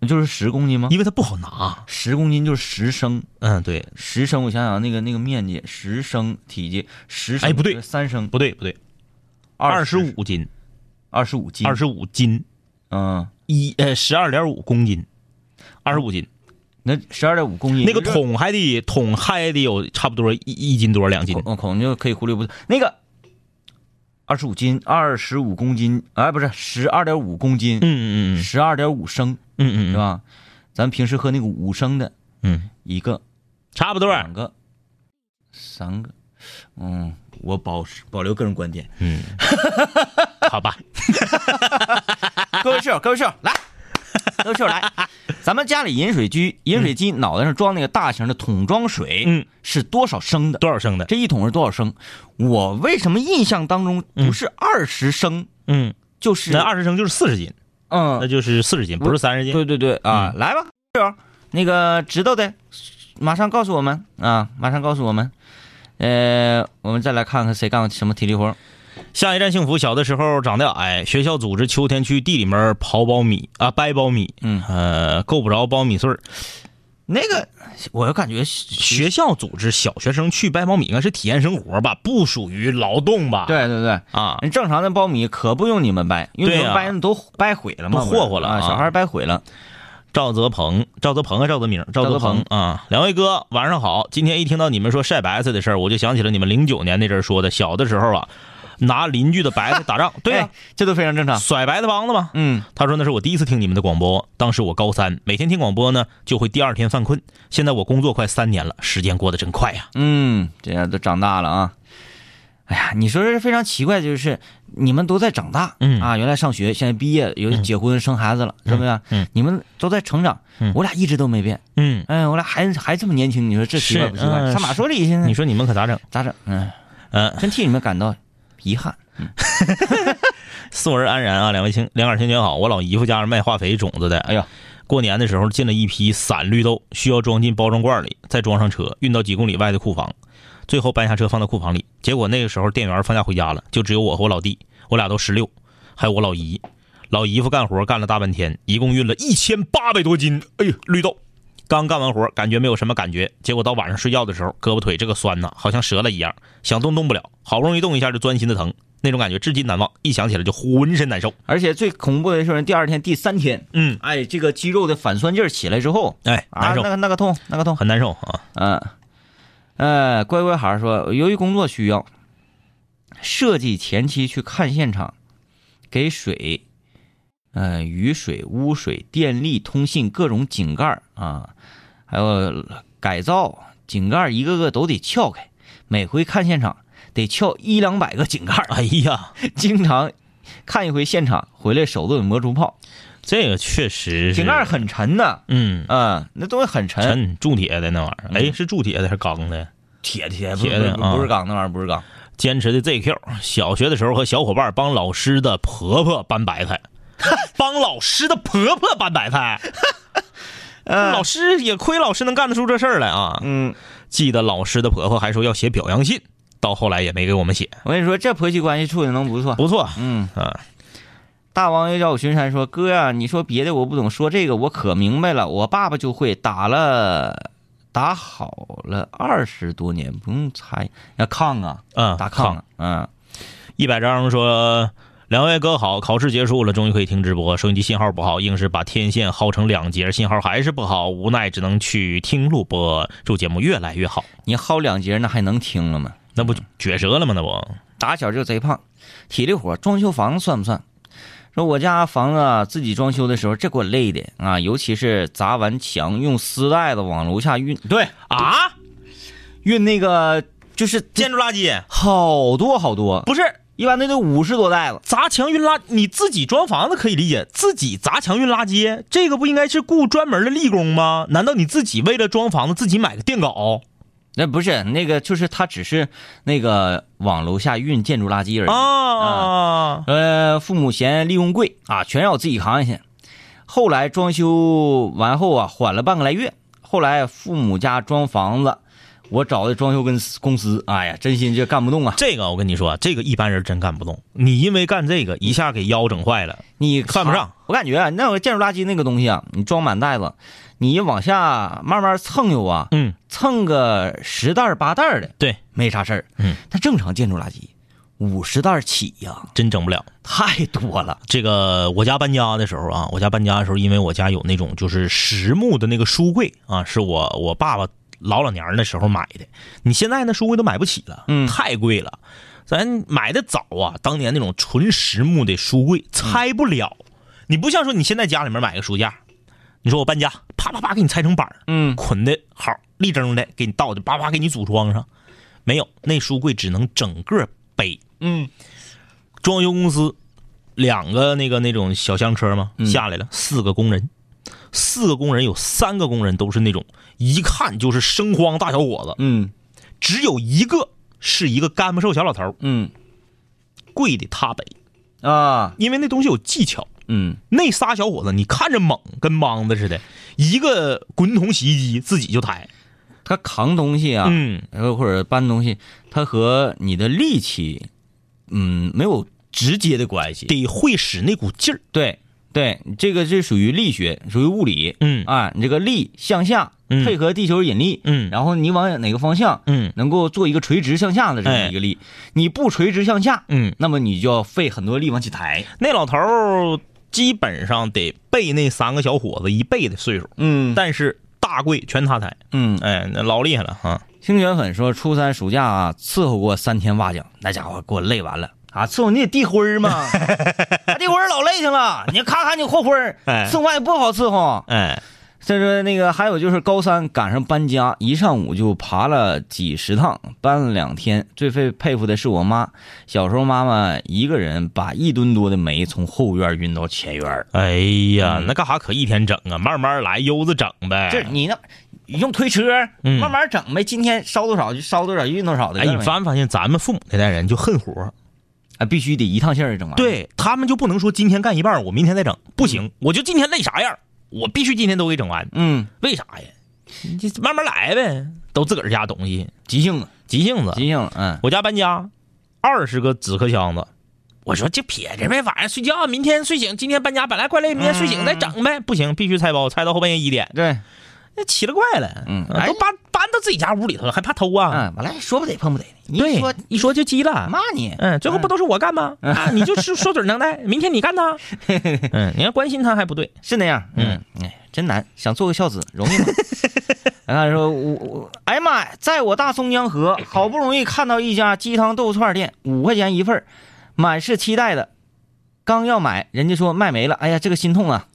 就是十公斤吗？因为它不好拿。十公斤就是十升，嗯，对，十升，我想想，那个那个面积，十升体积，十升哎不对就是三升，不对，不对，二二十，五斤，二十五斤，二，十五斤，嗯，一呃十二点五公斤，二十五斤，那十二点五公斤，那个就是桶还得桶还得有差不多一一斤多两斤孔，孔嗯就可以忽略不计，那个二十五斤，二十五公斤，哎，不是十二点五公斤，嗯嗯十二点五升嗯嗯是嗯吧？咱平时喝那个五升的，嗯，一个、差不多，两个、三个，嗯，我保保留个人观点。嗯，好吧， 各位室友，各位室友来，各位室友来，咱们家里饮水机，饮水机脑袋上装那个大型的桶装水，嗯，是多少升的？多少升的？这一桶是多少升？我为什么印象当中不是二十升，嗯，就是那二十升就是四十斤，那嗯，就是四十斤，不是三十斤。对对对嗯啊，来吧，室友，那个知道的，马上告诉我们啊，马上告诉我们。呃，我们再来看看谁干什么体力活儿。下一站幸福，小的时候长得矮，学校组织秋天去地里面刨苞米啊，掰苞米，嗯呃，够不着苞米穗儿。那个，我就感觉学学校组织小学生去掰苞米，应该是体验生活吧，不属于劳动吧？对对对，啊，人正常的苞米可不用你们掰，因为你对们呀掰的都掰毁了嘛，都霍霍了啊，啊小孩掰毁了。赵泽鹏，赵泽鹏啊，赵泽明，赵泽鹏啊，两位哥晚上好。今天一听到你们说晒白菜的事儿，我就想起了你们零九年那阵儿说的，小的时候啊，拿邻居的白菜打 仗，对啊呀、哎这都非常正常。甩白菜帮子嘛。嗯，他说那是我第一次听你们的广播，当时我高三，每天听广播呢就会第二天犯困。现在我工作快三年了，时间过得真快呀、嗯，这样都长大了啊。哎呀，你说这是非常奇怪，就是你们都在长大，嗯啊，原来上学，现在毕业，有结婚生孩子了，是不是？嗯你们都在成长，嗯我俩一直都没变，嗯，哎，我俩还还这么年轻，你说这奇怪是不奇怪？嗯上哪说理去呢？你说你们可咋整？咋整？嗯，嗯、真替你们感到遗憾。素而安然啊，两位青两杆青年好，我老姨夫家是卖化肥种子的，哎呀，过年的时候进了一批散绿豆，需要装进包装罐里，再装上车，运到几公里外的库房，最后搬下车放到库房里。结果那个时候店员放假回家了，就只有我和我老弟，我俩都十六，还有我老姨。老姨夫干活干了大半天，一共运了一千八百多斤，哎呦，绿豆。刚干完活，感觉没有什么感觉，结果到晚上睡觉的时候，胳膊腿这个酸呐，好像折了一样，想动动不了，好不容易动一下就钻心的疼，那种感觉至今难忘，一想起来就浑身难受。而且最恐怖的是，第二天、第三天，嗯，哎，这个肌肉的反酸劲儿起来之后，哎，啊，难受，那个那个痛，那个痛。很难受啊。嗯，呃，乖乖孩儿说，由于工作需要，设计前期去看现场，给水，呃，雨水、污水、电力、通信各种井盖儿啊，还有改造井盖儿，一个个都得撬开。每回看现场得撬一两百个井盖儿，哎呀， 经常看一回现场回来手都得磨出泡。这个确实是井盖儿，很沉的，嗯，嗯，那东西很沉，沉铸铁的那玩嗯意儿，哎，是铸铁的还是钢的？铁铁铁的不啊是不是钢那玩意儿，不是钢。坚持的 ZQ，小学的时候和小伙伴帮老师的婆婆搬白菜，帮老师的婆婆搬白菜。呃老师也亏老师能干得出这事儿来啊！嗯，记得老师的婆婆还说要写表扬信，到后来也没给我们写。我跟你说，这婆媳关系处的能不错。不错，嗯，啊，大王又叫我巡山说：“哥呀、你说别的我不懂，说这个我可明白了。我爸爸就会打了，打好了二十多年，不用猜。那炕啊，嗯，打炕啊，嗯，一百张说：“两位哥好，考试结束了，终于可以听直播。收音机信号不好，硬是把天线薅成两截，信号还是不好，无奈只能去听录播。祝节目越来越好。你薅两截那还能听了吗？那不撅折了吗？那不，打小就贼胖，体力活，装修房子算不算？说我家房子啊自己装修的时候，这给我累的啊，尤其是砸完墙，用丝带子往楼下运，对，啊，运那个就是建筑垃圾好多好多，不是一般那都五十多袋子。砸墙运垃，你自己装房子可以理解，自己砸墙运垃圾，这个不应该是雇专门的力工吗？难道你自己为了装房子自己买个电镐那不是那个，就是他只是那个往楼下运建筑垃圾而已。啊？呃，父母嫌利用贵啊，全让我自己扛下去。后来装修完后啊，缓了半个来月。后来父母家装房子，我找的装修跟公司，哎呀，真心这干不动啊！这个我跟你说，这个一般人真干不动。你因为干这个一下给腰整坏了。你犯不上。我感觉啊，那个建筑垃圾那个东西啊，你装满袋子，你一往下慢慢蹭悠啊，嗯，蹭个十袋儿八袋儿的，对，没啥事儿。嗯，但正常建筑垃圾五十袋儿起呀、真整不了。太多了。这个我家搬家的时候啊，我家搬家的时候，因为我家有那种就是实木的那个书柜啊，是我我爸爸老老年儿的时候买的。你现在那书柜都买不起了，嗯太贵了。咱买的早啊，当年那种纯实木的书柜拆不了。你不像说你现在家里面买个书架，你说我搬家，啪啪啪给你拆成板儿，嗯，捆的好立正的，给你倒的，叭叭给你组装上。没有，那书柜只能整个背。嗯，嗯装修公司两个那个那种小厢车嘛，下来了四个工人，四个工人有三个工人都是那种一看就是生荒大小伙子，嗯只有一个是一个干巴瘦小老头儿，嗯跪的塌北，啊因为那东西有技巧。嗯那仨小伙子，你看着猛，跟莽子似的，一个滚筒洗衣机自己就抬，他扛东西啊，嗯，呃或者搬东西，他和你的力气，嗯，没有直接的关系。得会使那股劲儿。对对，这个是属于力学，属于物理。嗯啊，你这个力向下、嗯配合地球引力，嗯然后你往哪个方向，嗯哎能够做一个垂直向下的这么一个力。你不垂直向下，嗯，那么你就要费很多力往起抬。那老头儿基本上得背那三个小伙子一倍的岁数，嗯但是大跪全他抬，嗯，哎，那老厉害了哈。清泉粉说，初三暑假啊，伺候过三天蛙奖，那家伙给我累完了。啊，伺候你得地灰儿 嘛，啊地灰儿老累挺了，你咔咔你和灰儿，哎伺候完也不好伺候。哎，再说那个，还有就是高三赶上搬家，一上午就爬了几十趟，搬了两天。最佩佩服的是我妈，小时候妈妈一个人把一吨多的煤从后院运到前院儿，哎呀，那干啥可一天整啊？慢慢来，悠着整呗。嗯这你那用推车嗯慢慢整呗，今天烧多少就烧多少，运多少的。哎，你发没发现咱们父母那代人就恨活儿，啊，必须得一趟线儿整完。，对他们就不能说今天干一半儿，我明天再整，不行，我就今天累啥样儿，我必须今天都给整完。嗯，为啥呀？你这慢慢来呗，都自个儿家东西，急性子，急性子。急性子，嗯，我家搬家，二十个纸壳箱子，我说这撇着呗，晚上睡觉，明天睡醒，今天搬家，本来快累，明天睡醒再整嗯呗，不行，必须拆包，拆到后半夜一点，对，那奇了怪了，嗯啊都搬搬到自己家屋里头了，还怕偷啊？嗯，完了说不得碰不得的，你嗯对一说，一说就急了，骂你，嗯，最后不都是我干吗？啊，你就是说准能耐，明天你干 他，嗯，你要关心他还不对， 是那样，嗯，哎，真难，想做个孝子容易 吗？然后他说我我，哎呀妈呀，在我大松江河，好不容易看到一家鸡汤豆腐串店，五块钱一份儿满是期待的，刚要买，人家说卖没了，哎呀，这个心痛啊！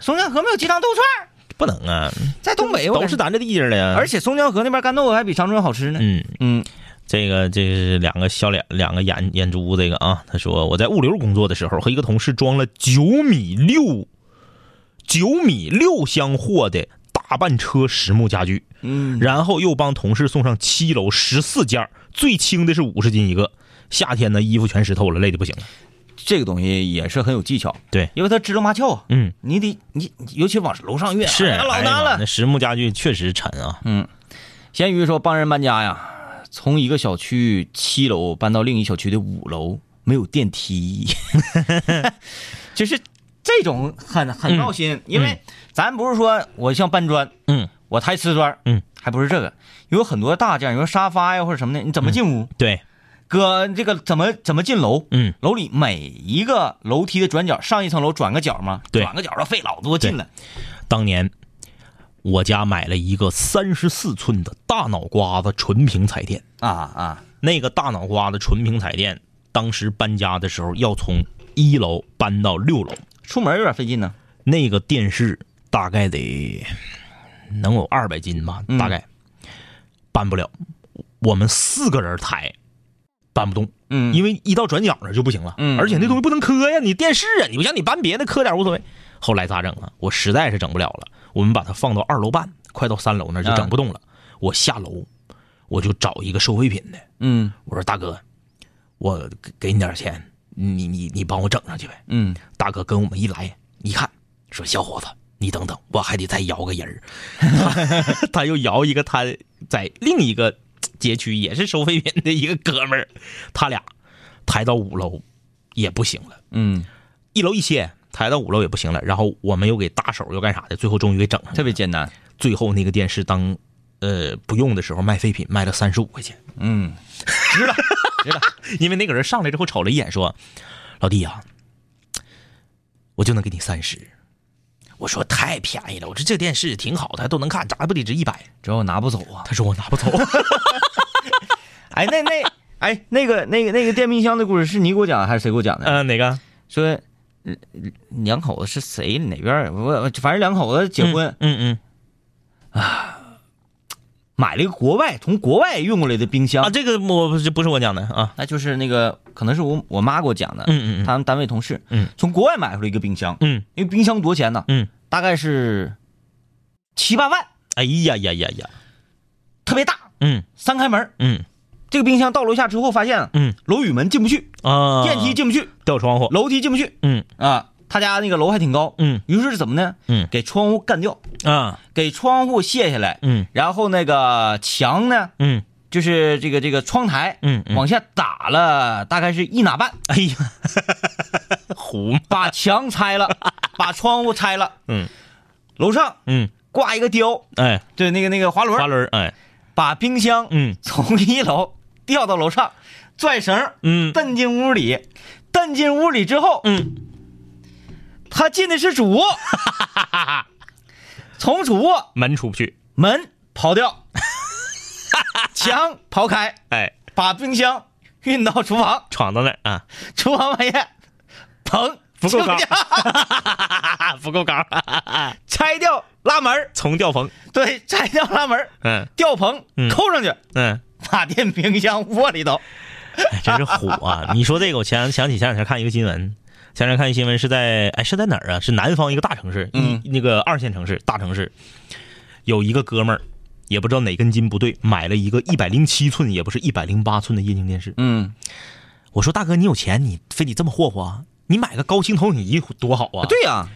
松江河没有鸡汤豆腐串儿，不能啊，在东北我都感是觉，咱这地界儿的呀，而且松江河那边干豆腐还比长春好吃呢。嗯。嗯这个这是两个小脸，两个眼眼珠，这个啊，他说我在物流工作的时候，和一个同事装了九米六九米六箱货的大半车实木家具，嗯，然后又帮同事送上七楼十四件儿，最轻的是五十斤一个。夏天呢，衣服全湿透了，累的不行了。这个东西也是很有技巧，对因为它支楼麻翘啊，嗯，你得你你尤其往楼上越，是哎呀老哎呀难了。那实木家具确实沉啊。咸鱼说帮人搬家呀，从一个小区七楼搬到另一小区的五楼，没有电 梯，就是这种很很闹心，因为咱不是说我像搬砖，嗯，我抬瓷砖，嗯，还不是这个，有很多大件，有沙发呀或者什么的，你怎么进屋？对，哥，这个怎么怎么进楼？嗯，楼里每一个楼梯的转角，上一层楼转个角嘛，对转个角都费老多劲了。当年我家买了一个三十四寸的大脑瓜子纯平彩电。啊啊，那个大脑瓜子纯平彩电，当时搬家的时候要从一楼搬到六楼，出门有点费劲呢。那个电视大概得能有二百斤吧，嗯大概、搬不了。我们四个人抬，搬不动，嗯，因为一到转角那就不行了，嗯而且那东西不能磕呀，你电视啊，你不像你搬别的磕点无所谓。后来咋整啊？我实在是整不了了，我们把它放到二楼半，快到三楼那儿嗯就整不动了。我下楼，我就找一个收废品的，嗯我说大哥，我给给你点钱，你你你帮我整上去呗。嗯，大哥跟我们一来，一看说小伙子，你等等，我还得再摇个人儿。他他又摇一个他在另一个街区也是收废品的一个哥们儿，他俩抬到五楼也不行了，嗯，一楼一千。抬到五楼也不行了，然后我们又给搭手又干啥的，最后终于给整上特了。别艰难。最后那个电视当呃不用的时候卖废品卖了三十五块钱，嗯， 因为那个人上来之后瞅了一眼，说：“老弟呀、我就能给你三十。”我说：“太便宜了，我说这电视挺好的，都能看，咋不得值一百主要我拿不走？”啊。他说：“我拿 不走。哎，那那哎，那个那个那个电冰箱的故事是你给我讲的还是谁给我讲”的？呃，哪个？说呃两口子是谁哪边儿？我我反正两口子结婚、嗯嗯买了一个国外从国外运过来的冰箱，啊，这个我不是不是我讲的啊。那就是那个可能是我我妈给我讲的，嗯嗯嗯他们单位同事，嗯，从国外买回来一个冰箱，嗯因为冰箱多钱呢，嗯，大概是七八万，哎呀呀呀呀，特别大，嗯三开门。嗯这个冰箱到楼下之后，发现啊嗯楼宇门进不去，啊，电梯进不去，掉窗户，楼梯进不去嗯啊。他家那个楼还挺高，嗯于是怎么呢？嗯给窗户干掉，啊，给窗户卸下来，嗯然后那个墙呢，嗯就是这个这个窗台，嗯嗯往下打了大概是一哪半，哎呀，胡嘛，把墙拆 了，把窗户拆了，嗯，楼上嗯，挂一个雕，哎，对，那个那个滑轮滑儿，轮儿，哎，把冰箱嗯从一楼吊到楼上，拽绳儿嗯蹬进屋里，蹬进屋里之后，嗯，他进的是 主卧，从主卧门出不去，门刨 掉，墙刨开，哎，把冰箱运到厨房，闯到那儿啊，厨房外面棚不够高就这样啊，不够高， 拆掉拉门儿重吊棚，对，拆掉拉门儿嗯吊棚嗯扣上去，嗯，把电冰箱窝里头。哎真是虎啊！ 你说这个，我前想起前两天看一个新闻，前两天看一个新闻是在哎是在哪儿啊？是南方一个大城市，嗯一那个二线城市大城市，有一个哥们儿，也不知道哪根筋不对，买了一个一百零七寸，也不是一百零八寸的液晶电视。嗯，我说大哥，你有钱，你非得这么霍霍啊？你买个高清投影仪多好啊！，对呀、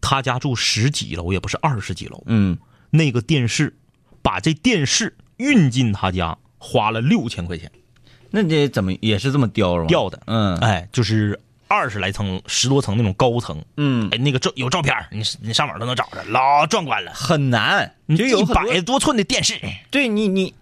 他家住十几楼，也不是二十几楼，嗯，那个电视，把这电视运进他家，花了六千块钱。那这怎么也是这么雕了？吊的嗯哎，就是二十来层、十多层那种高层，嗯，哎，那个照有照片儿，你你上网都能找着，老壮观了。很难，你就有一很多百多寸的电视，对你你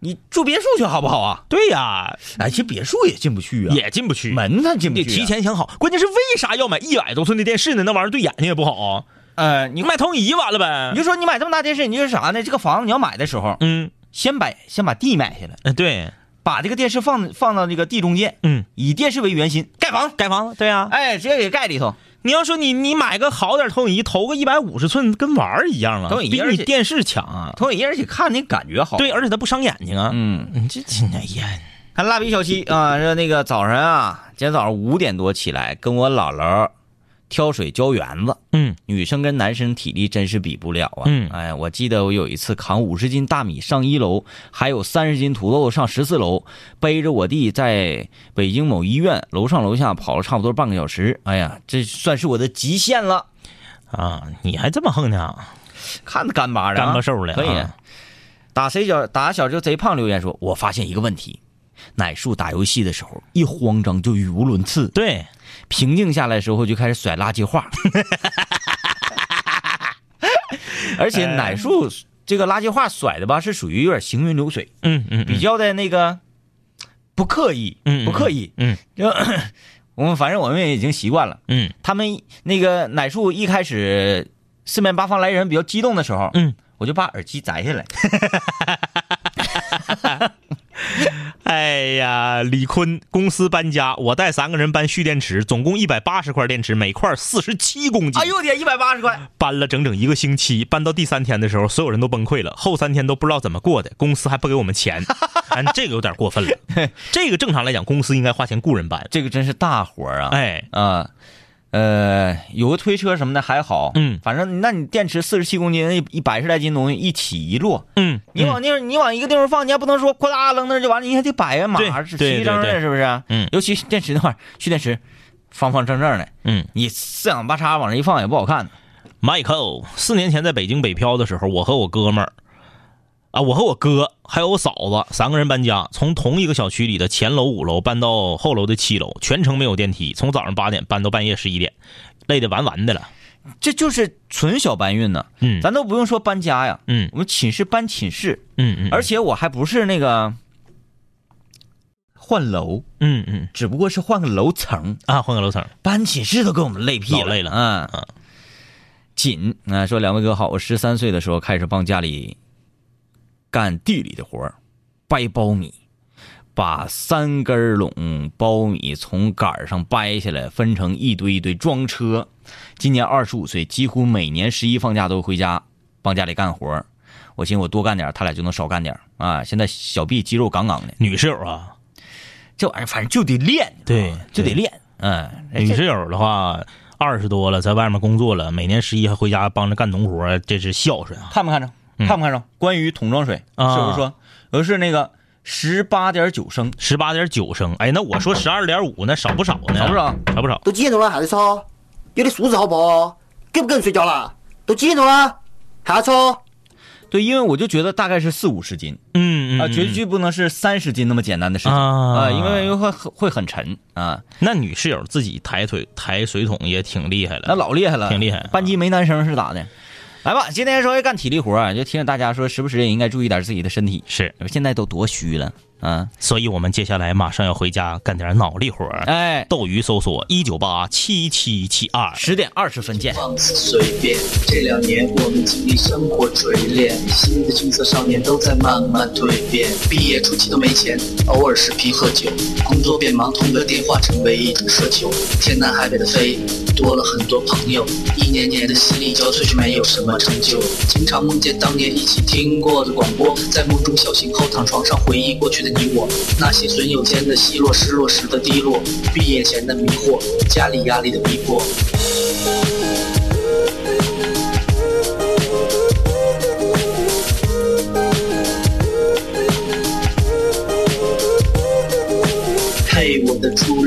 你住别墅去好不好啊？对呀、哎，其实别墅也进不去啊，也进不去。门它进不你去、啊得提，前想好，关键是为啥要买一百多寸的电视呢？那玩意儿对眼睛也不好啊。呃，你你买投影仪完了呗你。就说你买这么大电视，你就是啥呢？这个房子你要买的时候，嗯，先把先把地买下来，哎对，把这个电视放放到那个地中间，嗯，以电视为圆心盖房，盖房子，对呀、哎，直接给盖里头。你要说你你买个好点投影仪，投个一百五十寸，跟玩儿一样了，投影仪比而你且电视强啊。投影仪而且看那感觉好。，对，而且它不伤眼睛啊。嗯，你这这哎呀，看蜡笔小新啊，说那个早上啊，今天早上五点多起来，跟我姥姥挑水浇园子。嗯女生跟男生体力真是比不了啊！嗯哎，我记得我有一次扛五十斤大米上一楼，还有三十斤土豆上十四楼，背着我弟在北京某医院楼上楼下跑了差不多半个小时。哎呀，这算是我的极限了，啊，你还这么横呢？看着干巴的、啊，干巴瘦的啊可以。打谁小打小就贼胖留言说，我发现一个问题，奶树打游戏的时候一慌张就语无伦次，对，平静下来的时候就开始甩垃圾话， 而哎且奶树这个垃圾话甩的吧是属于有点行云流水，嗯嗯比较的那个不刻意，嗯嗯不刻意，嗯就我们反正我们也已经习惯了。嗯他们那个奶树一开始四面八方来人比较激动的时候，嗯，我就把耳机摘下来，哎呀，李坤公司搬家，我带三个人搬蓄电池，总共一百八十块电池，每块四十七公斤。哎呦我天，一百八十块，搬了整整一个星期，搬到第三天的时候，所有人都崩溃了，后三天都不知道怎么过的，公司还不给我 们钱，哎，这个有点过分了。这个正常来讲，公司应该花钱雇人搬。这个真是大活儿啊！哎，啊，呃，有个推车什么的还好，嗯反正那你电池四十七公斤，一一百十来斤东西一起一落，嗯，你往那儿你往一个地方放，你还不能说哐当扔那儿就完了，你还得摆呀码对是对齐整的，对对是不是？嗯尤其电池那块儿，蓄电池方方正正的，嗯，你四仰八叉往那一放也不好看。 Michael，四年前在北京北漂的时候，我和我哥们儿，啊，我和我哥还有我嫂子三个人搬家，从同一个小区里的前楼五楼搬到后楼的七楼，全程没有电梯，从早上八点搬到半夜十一点，累得完完的了。这就是纯小搬运呢，嗯咱都不用说搬家呀，嗯我们寝室搬寝室，嗯嗯，而且我还不是那个换楼，嗯嗯只不过是换个楼层，啊，换个楼层，搬寝室都给我们累屁老累了嗯嗯紧啊，说两位哥好，我十三岁的时候开始帮家里干地里的活儿，掰苞米，把三根垄苞米从杆儿上掰下来，分成一堆一堆装车。今年二十五岁，几乎每年十一放假都回家帮家里干活儿。我寻思我多干点儿，他俩就能少干点儿啊。现在小臂肌肉杠杠的，女室友啊，这玩意儿反正就得练，对就得对哎练，嗯，女室友的话，二十多了，在外面工作了，每年十一还回家帮着干农活，这是孝顺啊。看没看着？看没看着？关于桶装水，是啊不是说，而是那个十八点九升，十八点九升，哎，那我说十二点五呢，少不少呢？少不啊少？少不少？都几点钟了还在吵？有点素质好不好？跟不跟人睡觉啦？都几点钟了还在吵？对，因为我就觉得大概是四五十斤嗯啊，嗯，绝嗯对不能是三十斤那么简单的事情啊啊，因为会会很沉啊，那女室友自己抬腿抬水桶也挺厉害那了。老厉害了，挺厉害啊班级没男生是咋的？来吧，今天稍微干体力活啊，就提醒大家说，时不时也应该注意点自己的身体，是，现在都多虚了啊，所以我们接下来马上要回家干点脑力活儿。哎，斗鱼搜索一九八七七七二。十点二十分见。放肆随便。这两年我们经历生活锤炼，新的青涩少年都在慢慢蜕变。毕业初期都没钱，偶尔视频喝酒，工作变忙，通个电话成为一种奢求。天南海北的飞，多了很多朋友，一年年的心力交瘁却没有什么成就。经常梦见当年一起听过的广播，在梦中笑醒后躺床上回忆过去的你我，那些损友间的奚落，失落时的低落，毕业前的迷惑，家里压力的逼迫。嘿，我的初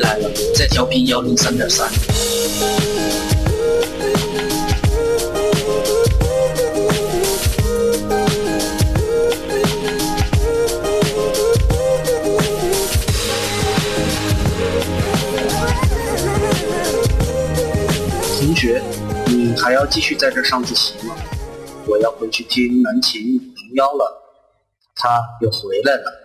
来了，在调频幺零三点三。同学，你还要继续在这儿上自习吗？我要回去听南琴零幺了，他又回来了。